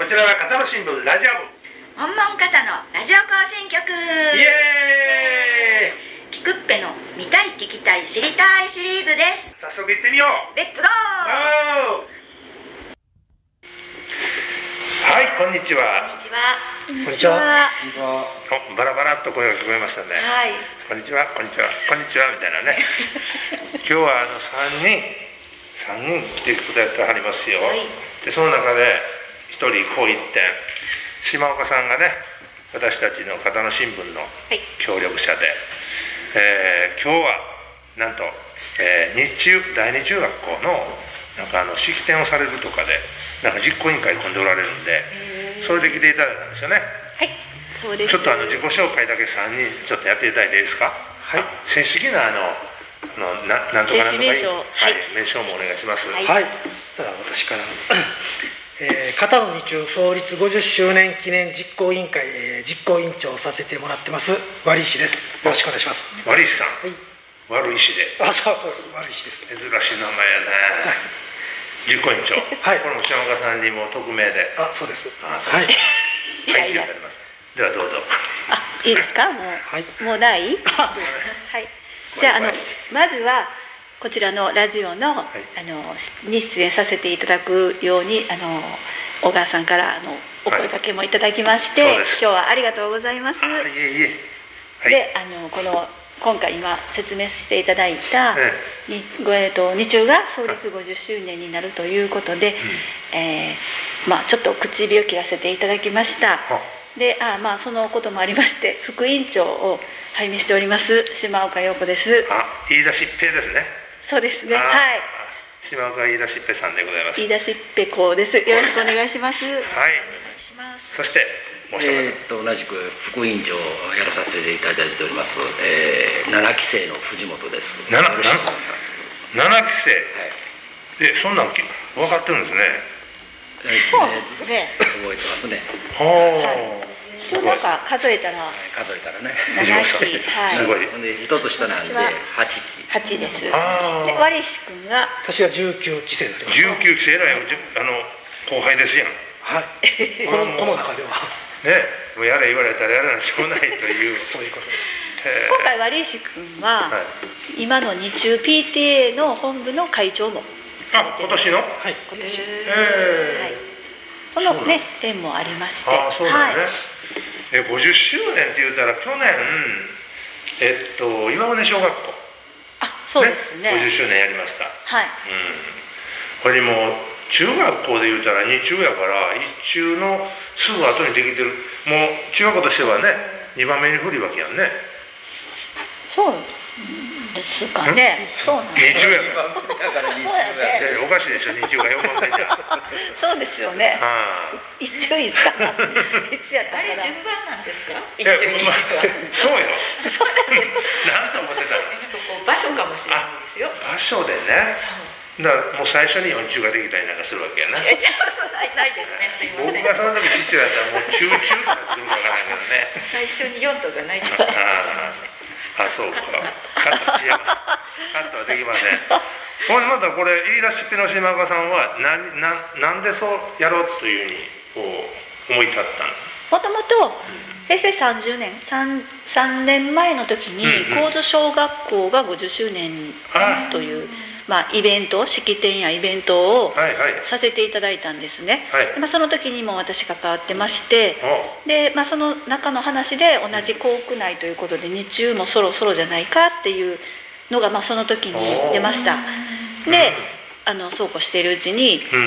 朝日新聞ラジオ部もんもん方のラジオ更新曲イエーイキクッペの見たい聞きたい知りたいシリーズです早速行ってみようレッツゴーはいこんにちこはんにちはんこにちはこんにちは。おバラバラっと声が聞こえましたねはこんいにちはこんにちはこんにちはみたいな ね今日はあの3人3人来てくださってはりますよ、はいでその中で1人こう一点島岡さんがね私たちの片野新聞のはい協力者で、えー今日はなんと、えー日中第二中学校のなんかあの式典をされるとかでなんか実行委員会組んでおられるんでそれで来ていただいたんですよねはいそうですちょっとあの自己紹介だけ3人ちょっとやっていただいていいですかいあ正式なあのあのななんとかなんとかいい正式名称はい、名称もお願いしますははい。そしたら私から。えー、片野日中創立50周年記念実行委員会、えー実行委員長をさせてもらってます割石です。よろしくお願いします。悪い石さんはい。悪い石であ、そうそうです。割石です。珍しい名前やね、はい実行委員長はいこれも島岡さんにも匿名であ、そうです。あそうはい。いやいやはいって言ってありますではどうぞあいいですかもはい。うもうないあはい、じゃああのまずはこちらのラジオいの,、あのしに出演させていただくようにあの小川さんからあのお声かけもいただきまして、はいそうです今日はありがとうございます。あいえいえはいであのこの今回今説明していただいた、えにごえーと日中が創立50周年になるということでえ、うんえーまあ、ちょっと口火を切らせていただきました。あであまあそのこともありまして 副委員長を拝見しております島岡陽子ですあ飯田しっぺですねそうですねあはい島岡飯田しっぺさんでございます飯田しっぺ子ですよろしくお願いしますはいはいお願いしますそしてもう一方、えーっと同じく副委員長をやらさせていただいております、えー、7期生の藤本です七よろしくお願いしま7す期はい生でそんなんき分かってるんですねそうですねえー覚えてますね、はあ、ちょうどなんか数えたらはい、数えたらね七期はいすごいほんで一つ下なん私では8期8ですであー割石君が私は19期生になります。 19期生らいじゅあの後輩ですやんはい。このこの中ではねもうやれ言われたらやらなしょうがないと いうそういうことです。え今回割石君は、ーはい、今の日中 PTA の本部の会長もあ今年のはい。今年、えーはい、そのねそ縁もありましてああそうなんはね、いえ50周年って言ったら去年えっと今まで小学校あそうですね50周年やりましたはいうんこれにもう中学校で言うたら二中やから一中のすぐ後にできてるもう中学校としてはね2番目に古いわけやんねそうですかねそうなん二です中やからだから 2期いやいやおかしいでしょ二中が4番目じゃはそうですよねあ一 応いつかないつやったかな番なんですかいやまあそうよなんと思ってたのちょっとこう場所かもしれないですよ。場所でねだからもう最初に四中ができたりなんかするわけやなえ、じゃあ、そないないですね。すい僕ません。がその時知ってたらもう中中とかするのかわからんけどね最初に四とかないですね。あああそうかカットいやカットはできませんほんでまたこれ言い出しっぺの島岡さんは何なんなんでそうやろうというふうにこう思い立ったのもともと平成30年 3, 3年前の時にうんうん高津小学校が50周年あという、まあ、イベント式典やイベントをはいはいさせていただいたんですね、はいでまあ、その時にも私関わってましておで、まあ、その中の話で同じ校区内ということで日中もそろそろじゃないかっていうのが、まあ、その時に出ましたであのそうこうしているうちにうん、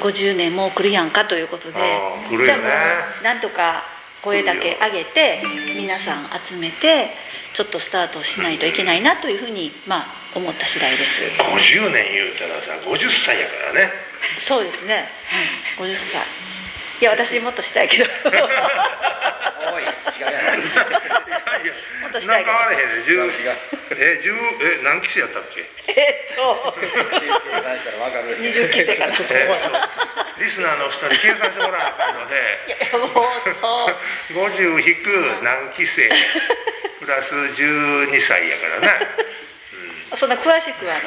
うん、 50年もう来るやんかということでああ来るじゃよあねもうなんとか声だけ上げて皆さん集めてちょっとスタートしないといけないなというふうに、まあ、思った次第です50年言うたらさ50歳やからねそうですね、うん、50歳いや私もっとした いけどおい違うやろいやもっとしなたんいかけあどれへんね違う10違うえ十え何期生やったっけ えっと計算したら分かる20期生かなちょっとえ覚ーえとリスナーの人に計算してもらわなあかんのでい やいやもうそう50引く何期生プラス12歳やからね、そんな詳しくはね、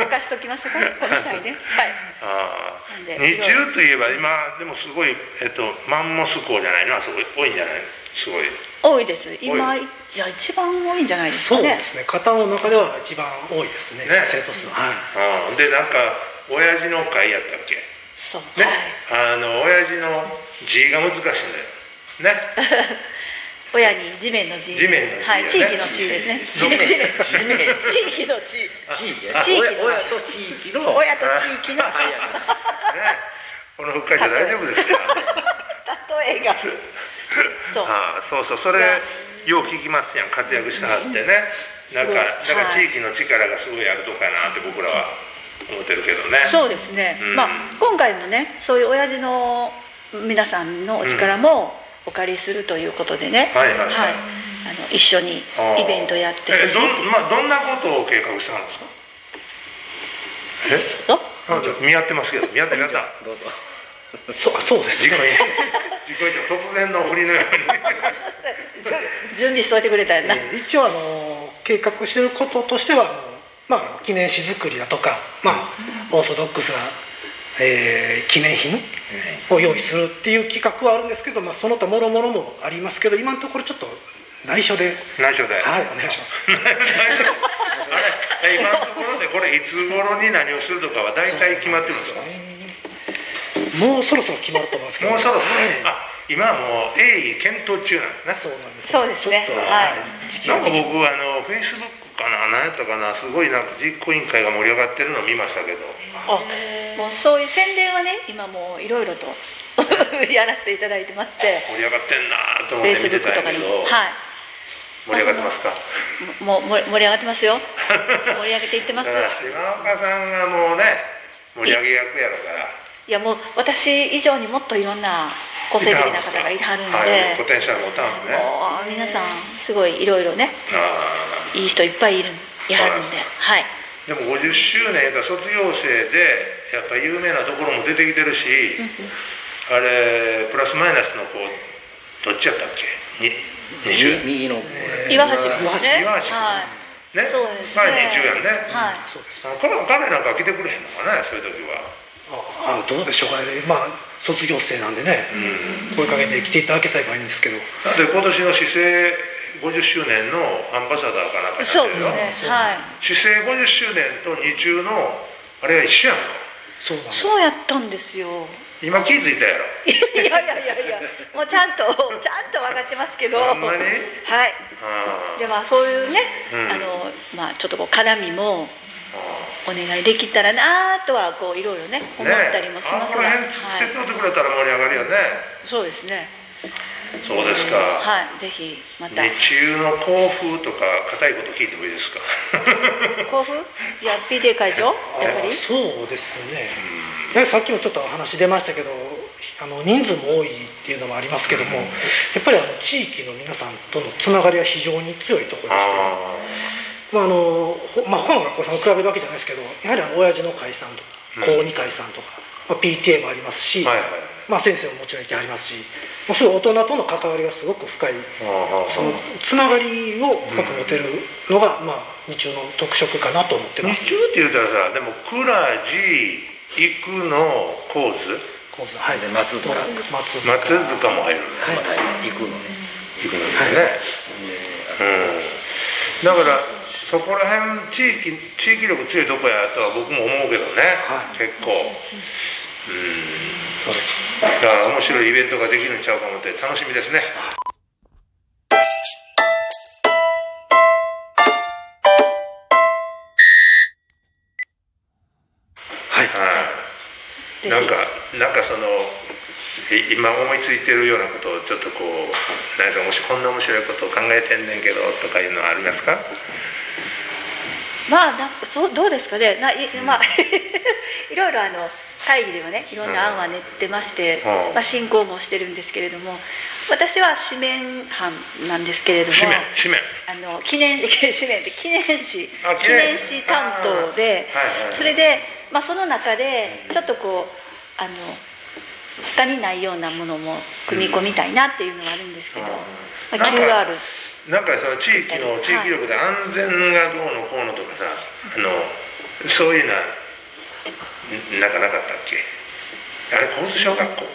お貸しときましたか、この際 ね。はい。ああなんで日中といえば今でもすごい、えっと、マンモス校じゃないのはすごい多いんじゃないすごい多いです。多今、いや、一番多いんじゃないですそかうでね。すね型の中では一番多いですねね生徒数は、はいああでなんか親父の会やったっけそう。ね、はいあの親父の字が難しいんだよね 親に地面の地。地面の地はい、ね地域の地ですね。地地面面。地面地域の地。地域地域の親親と地域の親と地域の。はいはいはいねこの北海道大丈夫ですよ 例えが。そう。 ああそうそうそれいやよう聞きますやん活躍してはってねなんかそうだからはい地域の力がすごいあるとかなって僕らは思ってるけどねそうですね、うんまあ、今回もねそういう親父の皆さんのお力もお借りするということでね、はいはいはいあの一緒にイああベントやってえほしいどっんて、まあ、どんなことを計画したんですかえああちょっと見合ってますけど見合って見合ったどうぞそうあそうです事故に事故に突然の振りのように準備しといてくれたやんな、えー一応あの計画してることとしてはあのまあ記念誌作りだとかまあオーソドックスな、えー記念品を用意するっていう企画はあるんですけど、まあ、その他もろもろもありますけど今のところちょっと内緒で内緒で はいはお願いしますあれ今のところでこれいつ頃に何をするとかは大体決まってるんですかもうそろそろ決まると思うんですけどもうそろそろ、はいあ今はもう鋭意検討中なんですねそうなんですそうですねちょっとはい時期ながんか僕あのフェイスブックかな何やったかなすごいなんか実行委員会が盛り上がってるのを見ましたけどあもうそういう宣伝はね今もういろいろと やらせていただいてまして盛り上がってんなとフ思ェイってス見ブてッたクとんかやけにもどはい盛り上がってますかもうもう盛り上がってますよ盛り上げていってまだ すかよら島岡さんがもうね盛り上げ役やろからいやもう私以上にもっといろんな個性的な方がいはるんで、はいポテンシャル持たんのねもう皆さんすごいいろいろねあいい人いっぱいいるいはるんではいーでも50周年が卒業生でやっぱ有名なところも出てきてるし、あれプラスマイナスの子どっちやったっけに20右の方えー岩橋君ね岩橋君はいねそうですねまあ20やんね、はいそうですあの彼彼なんか来てくれへんのかねそういう時はああどうでしょうかねまあ卒業生なんでうね、ん声かけて来ていただけたらいいんですけどだって今年の市政50周年のアンバサダーかなんかやってそうるですよねそうはい市政50周年と二中のあれが一緒やんかそうなんですそうやったんですよ 今気づいたやろいやいやいやいやもうちゃんとちゃんと分かってますけどほんまにはいあでまあそういうね、うんあのまあちょっとこう絡みもあお願いできたらなとはこういろいろね思ったりもしますが、ね、あはいの辺手伝ってくれたら盛り上がるよね、そうですねそうですか、はいぜひまた日中の校風とか硬いこと聞いてもいいですか 甲府いや PTA 会長やっぱりそうですねうんやはりさっきもちょっとお話出ましたけどあの人数も多いっていうのもありますけどもやっぱりあの地域の皆さんとのつながりは非常に強いところでしてあまああのほまあ、他の学校さんを比べるわけじゃないですけどやはりあの親父の会さんとかうん高2会さんとか、まあ、PTA もありますし、ーはいはいまあ、先生ももちろんいてはりますしもうそういう大人との関わりがすごく深いああそのつながりを深く持てるのが、まあ、日中の特色かなと思っ日て中まっす、て言うたらさでも倉地行くの構図こうはいで松塚松塚松塚も入るまた行くのね行くのね、でうんだからそこら辺地域地域力強いとこやとは僕も思うけどね、はい結構うんそうですだから面白いイベントができるんちゃうかもって楽しみですねはいはい、ぜひなんか、なんかその、い今思いついてるようなことをちょっとこう、なんかもしこんな面白いことを考えてんねんけどとかいうのはありますかまあなんかそうどうですかねないまあ いろいろあの会議ではねいろんな案は練ってまして、うんまあ、進行もしてるんですけれども私は紙面班なんですけれども紙面、紙面。あの記念 紙面って記念誌あ記念誌担当ではいはい、それで、まあ、その中でちょっとこうあの他にないようなものも組み込みたいなっていうのはあるんですけど、うんまあ、なんかな QR んなんかその地域の地域力で安全がどうのこうのとかさ、あのそういうのはんなんかなかったっけあれ高津小学校か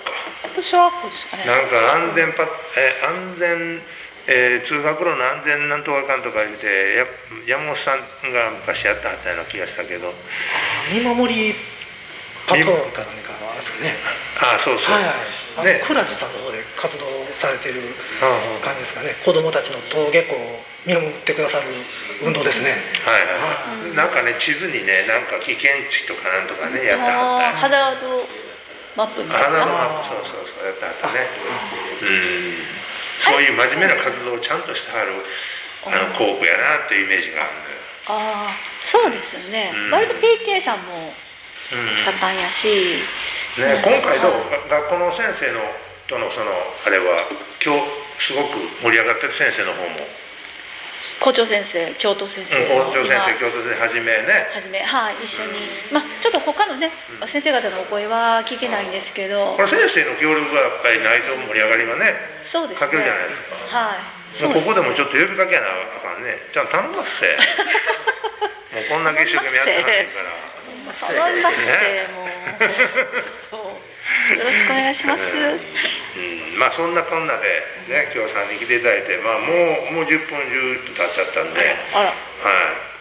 小学校ですかねなんか安全パえ安全、えー通学路の安全なんとかかんとか言うてや山本さんが昔やったはったような気がしたけど見守りパトロールか何かはあれですかねああそうそう、はい、はい、あねの倉地さんの方で活動されてるうんうん感じですかね子供たちの登下校を見守ってくださる運動ですねはいはい、なんかね地図にねなんか危険地とかなんとかねやったはっあーたハザードマップみたい花のな葉そうそうそうやったあとねうんそういう真面目な活動をちゃんとしてはるあの工具やなっていうイメージがあるああそうですよね、うん割と PTA さんものよ、うん盛んやし、ね、今回どう学校の先生のとのそのあれは今日すごく盛り上がってる先生の方も、う校長先生教頭先生ん、の校長先生今教頭先生はじめねはじめはい一緒に、まあちょっと他のねうん先生方のお声は聞けないんですけどこれ先生の協力がやっぱりないと盛り上がりがねそうですねかけるじゃないですかはいもうここでももちょっと呼びかけやなあかんねじゃあ頼ます せもうこんだけ一生懸命やってはるから。頼みますってもうそうよろしくお願いします、うん、まあそんなこんなでね今日さんに来ていただいて、まあ、もうもう10分10分経っちゃったんで、はい、あら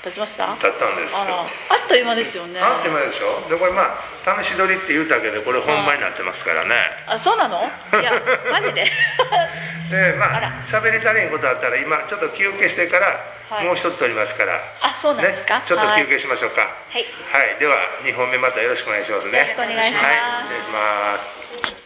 立ちました経ったんですあらよあ。っという間ですよねあっという間でしょでこれまあ試し撮りって言うだけでこれ本番になってますからねあそうなのいやマ ジででまああら喋り足りんことあったら今ちょっと休憩してからはいもう一つ撮りますから、あそうなんでねすか、ちょっとはい休憩しましょうかはいはい、では2本目またよろしくお願いしますねよろしくお願いしますはい、お願いします